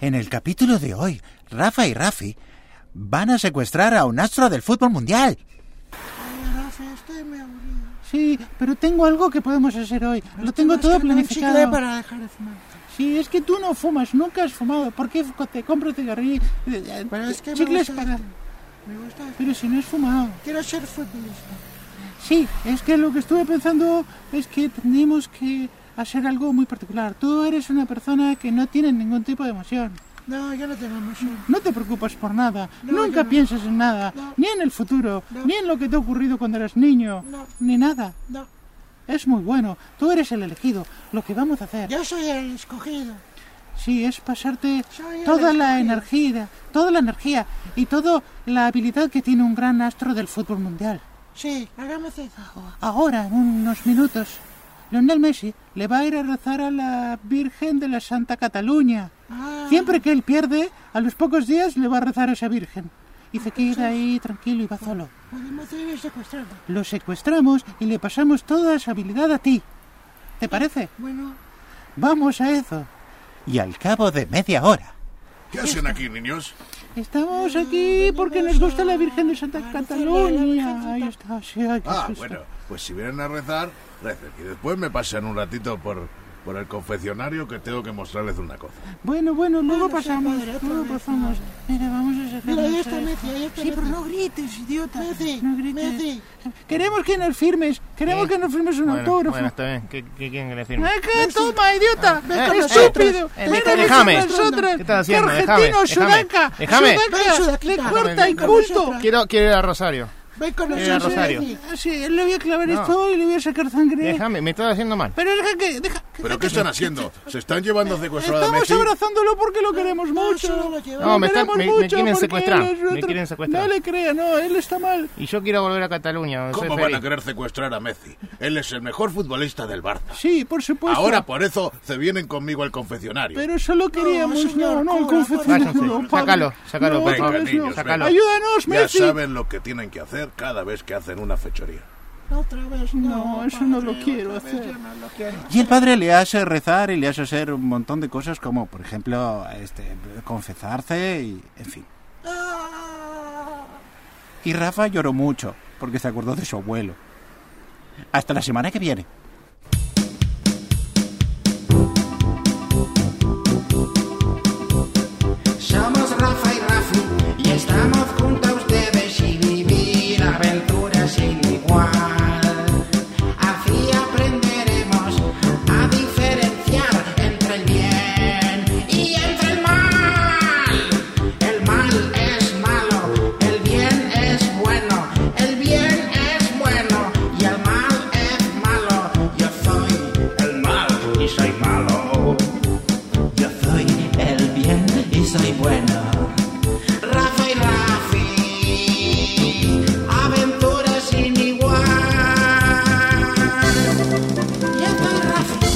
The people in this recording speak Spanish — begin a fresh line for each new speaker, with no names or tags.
En el capítulo de hoy, Rafa y Rafi van a secuestrar a un astro del fútbol mundial.
Rafa, estoy muy aburrido.
Sí, pero tengo algo que podemos hacer hoy. Lo tengo todo planificado.
para dejar de fumar.
Sí, es que tú no fumas, nunca has fumado. ¿Por qué te compras cigarrillos? eh,
Pero es que me
chicles
gusta este.
para...
Me gusta. este.
Pero si no has fumado.
Quiero ser futbolista.
Sí, es que lo que estuve pensando es que tenemos que hacer algo muy particular. Tú eres una persona que no tiene ningún tipo de emoción.
No, yo no tengo emoción.
No te preocupas por nada,
No,
nunca
yo no.
piensas en nada,
No.
ni en el futuro,
No.
ni en lo que te ha ocurrido cuando eras niño,
No.
ni nada.
No,
Es muy bueno, tú eres el elegido. Lo que vamos a hacer,
yo soy el escogido.
sí, es pasarte
Soy el
toda la
elegido.
energía, toda la energía y toda la habilidad que tiene un gran astro del fútbol mundial.
Sí, hagamos eso.
Ahora, en unos minutos, Lionel Messi le va a ir a rezar a la Virgen de la Santa Cataluña.
Ah,
Siempre que él pierde, a los pocos días le va a rezar a esa Virgen. Y se queda ahí tranquilo y va solo.
Podemos ir y secuestrarlo.
Lo secuestramos y le pasamos toda esa habilidad a ti. ¿Te parece?
Bueno,
Vamos a eso. Y al cabo de media hora.
¿Qué hacen aquí, niños?
Estamos aquí porque nos gusta la Virgen de Santa Cataluña. Ahí está, sí, ay, qué
Ah,
susto.
bueno, pues si vienen a rezar, recen. Y después me pasan un ratito por, por el confeccionario que tengo que mostrarles una cosa.
Bueno, bueno, luego
Bueno, sí,
pasamos,
padre, otra
luego
vez,
pasamos. Mira, vamos a sacar
mira, ahí
nuestra-
está Messi, ahí está
Sí, pero
Messi.
no grites, idiota.
Messi,
no grites.
Messi.
Queremos que nos firmes, queremos
Sí.
que nos firmes un
Bueno,
autógrafo.
Bueno, está bien. ¿Qué, qué quieren que le firme?
¡Ah, que toma, idiota!
eh,
¡Qué
eh,
estúpido!
eh,
¡Ven
déjame,
a
déjame.
nosotros!
¿Qué estás haciendo?
¡Qué
Déjame,
argentino,
déjame,
sudaca!
déjame.
Ven,
¡Sudaca!
sudaca.
¡Le
Ven,
corta,
ven con
inculto!
nosotros.
Quiero, quiero ir a Rosario.
ven con
Eh,
Mira,
nosotros.
Rosario.
Messi.
Sí, le voy a clavar
No.
esto y le voy a sacar sangre.
Déjame, me estás haciendo mal.
Pero deja que... Deja, que-
¿Pero qué están haciendo? ¿Se están llevando secuestrado a
Estamos
Messi?
abrazándolo porque lo queremos
no,
mucho.
solo lo llevamos.
Lo
No, me están-
queremos
me- me
mucho
quieren
porque
secuestrar,
él es
me
nuestro-
quieren secuestrar.
No le crea, no, él está mal.
Y yo quiero volver a Cataluña. donde soy
¿Cómo van a
feliz.
querer secuestrar a Messi? Él es el mejor futbolista del Barça.
Sí, por supuesto.
Ahora por eso se vienen conmigo al confeccionario.
Pero solo queríamos, no,
señor,
no, el
cobra,
confesionario,
cobra.
no, Pablo.
Sácalo, sácalo,
No,
por
otra
favor.
vez no.
Niños,
sácalo.
Ayúdanos,
ya
Messi.
saben lo que tienen que hacer cada vez que hacen una fechoría.
Otra vez, no.
No, eso no lo
padre,
quiero
otra vez
hacer.
yo no lo quiero.
Y el padre le hace rezar y le hace hacer un montón de cosas como, por ejemplo, este, confesarse y, en fin.
Ah,
Y Rafa lloró mucho porque se acordó de su abuelo. Hasta la semana que viene.
Somos Rafa y Rafi y estamos junto a ustedes y vivir aventuras sin igual. Así aprenderemos a diferenciar entre el bien y entre el mal. El mal es malo, el bien es bueno, el bien es bueno y el mal es malo. Yo soy el mal y soy malo. Yo soy el bien y soy bueno. Rafa y Rafi, aventuras sin igual. Yo soy Rafi.